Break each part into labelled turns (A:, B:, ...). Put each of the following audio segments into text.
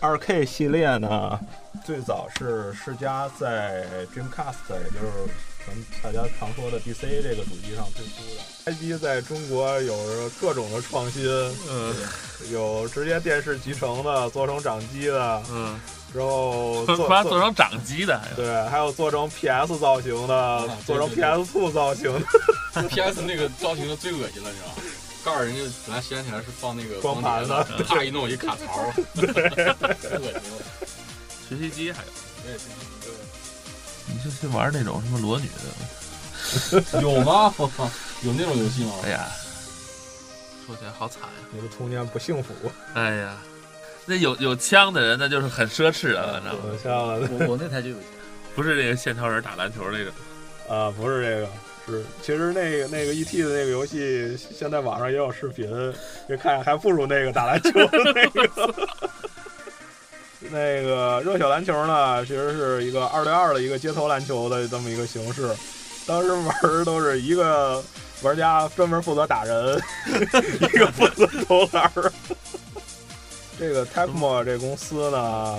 A: 二 K 系列呢，最早是世嘉在 Dreamcast，也就是咱们大家常说的 DC 这个主机上推出的。该机在中国有各种的创新，
B: 嗯
A: 有直接电视集成的，做成掌机的，
B: 嗯，
A: 之后 做
B: 把它做成掌机的，还有
A: 对，还有做成 PS 造型的，
C: 对
A: 做成
C: 对对
A: PS 2造型的
C: PS 那个造型就最恶心了，你知道吗？告诉人家本来显示器还是放那个
A: 光
C: 盘
A: 盘的，
C: 啪一弄一卡槽， 对，恶心了。
B: 学习机，还有
C: 我也是
B: 你就去玩那种什么裸女的，
C: 有吗？我靠，有那种游戏吗？
B: 哎呀，说起来好惨呀，
A: 你的童年不幸福，
B: 哎呀，那有有枪的人那就是很奢侈啊的，反正
A: 嗯 像
D: 我我那台就有钱，
B: 不是那个线条人打篮球那种，
A: 啊，不是这个，是其实那个那个 E.T. 的那个游戏，现在网上也有视频，这看着还不如那个打篮球的那个。 那个热血篮球呢，其实是一个二对二的一个街头篮球的这么一个形式。当时玩儿都是一个玩家专门负责打人， 一个负责投篮儿。 这个 Tecmo 这公司呢，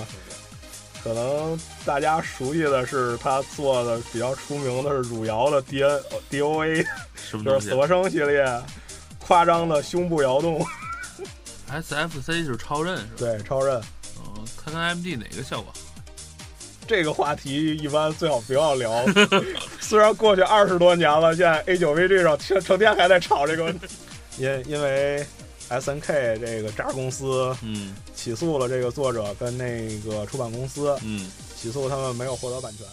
A: 可能大家熟悉的是他做的比较出名的是汝窑的 D N D O A，
B: 什么
A: 就是
B: 东西
A: 死活生系列，夸张的胸部摇动，
B: ？SFC 就是超任是吧？
A: 对超人。
B: 嗯，看看 MD 哪个效果好。
A: 这个话题一般最好不要聊， 虽然过去二十多年了，现在 A 9 VG 上成成天还在吵这个问题， 因因为 SNK 这个渣公司
B: 嗯
A: 起诉了这个作者跟那个出版公司，
B: 嗯，
A: 起诉他们没有获得版权。